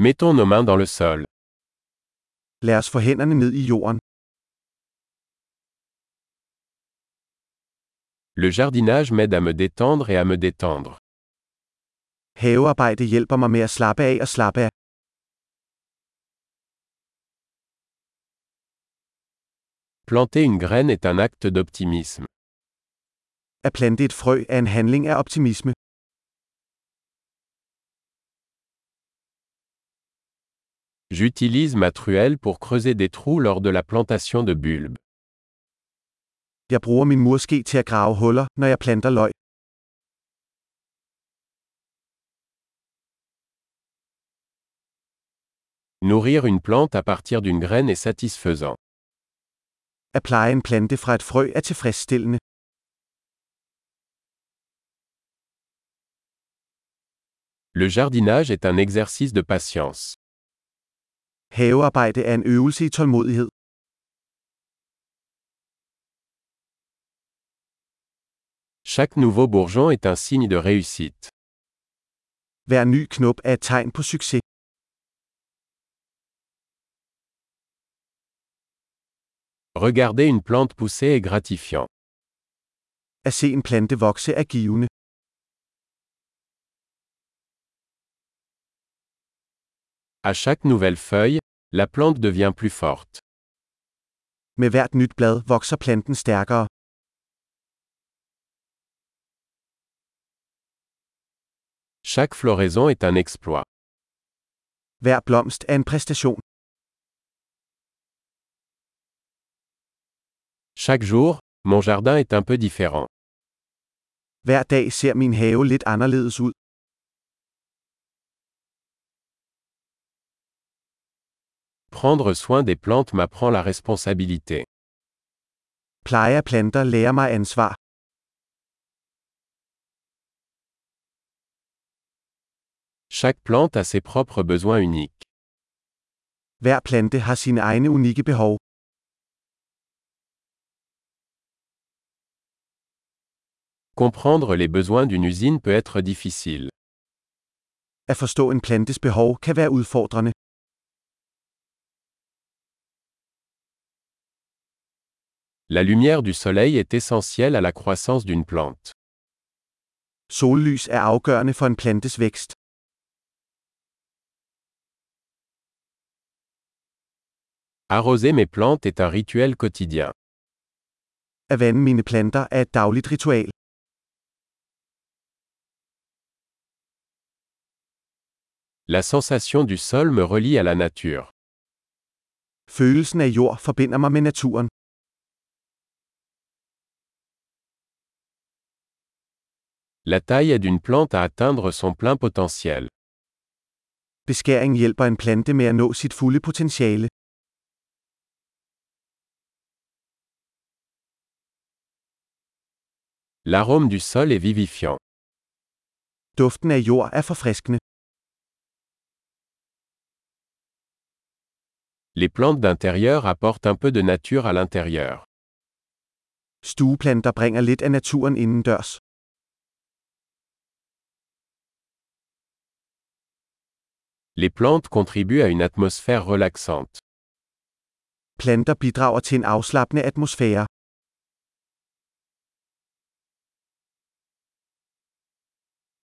Mettons nos mains dans le sol. Lad os få hænderne ned i jorden. Le jardinage m'aide à me détendre et à me détendre. Havearbejde hjælper mig med at slappe af og slappe af. Planter une graine est un acte d'optimisme. At plante et frø er en handling af optimisme. J'utilise ma truelle pour creuser des trous lors de la plantation de bulbes. Jeg bruger min murske til at grave huller, når jeg planter løg. Nourrir une plante à partir d'une graine est satisfaisant. At pleje en plante fra et frø er tilfredsstillende. Le jardinage est un exercice de patience. Havearbejde er en øvelse i tålmodighed. Chaque nouveau bourgeon est un signe de réussite. Hver ny knop er et tegn på succes. Regarder une plante pousser est gratifiant. At se en plante vokse er givende. À chaque nouvelle feuille, la plante devient plus forte. Med hvert nyt blad vokser planten stærkere. Chaque floraison est un exploit. Hver blomst er en præstation. Chaque jour, mon jardin est un peu différent. Hver dag ser min have lidt anderledes ud. Prendre soin des plantes m'apprend la responsabilité. Pleje af planter lærer mig ansvar. Chaque plante a ses propres besoins uniques. Hver plante har sine egne unikke behov. Comprendre les besoins d'une usine peut être difficile. At forstå en plantes behov kan være udfordrende. La lumière du soleil est essentielle à la croissance d'une plante. Sollys er afgørende for en plantes vækst. Arroser mes plantes est un rituel quotidien. At vande mine planter er et dagligt ritual. La sensation du sol me relie à la nature. Følelsen af jord forbinder mig med naturen. La taille aide une plante à atteindre son plein potentiel. Beskæring hjælper en plante med at nå sit fulde potentiale. L'arôme du sol est vivifiant. Duften af jord er forfriskende. Les plantes d'intérieur apportent un peu de nature à l'intérieur. Stueplanter bringer lidt af naturen indendørs. Les plantes contribuent à une atmosphère relaxante. Planter bidrager til en afslappende atmosfære.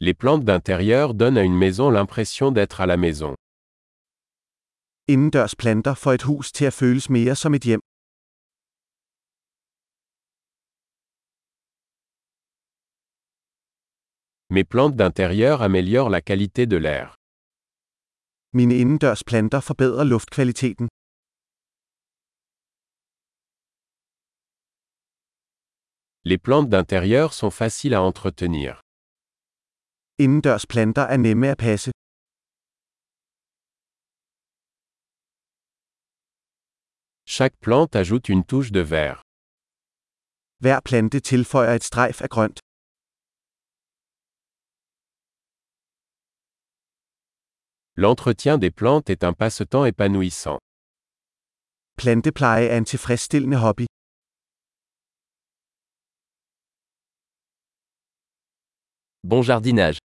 Les plantes d'intérieur donnent à une maison l'impression d'être à la maison. Indendørs planter får et hus til at føles mere som et hjem. Mes plantes d'intérieur améliorent la qualité de l'air. Mine indendørs planter forbedrer luftkvaliteten. Les plantes d'intérieur sont faciles à entretenir. Indendørs planter er nemme at passe. Chaque plante ajoute une touche de vert. Hver plante tilføjer et strejf af grønt. L'entretien des plantes est un passe-temps épanouissant. Plantepleje er en tilfredsstillende hobby. Bon jardinage.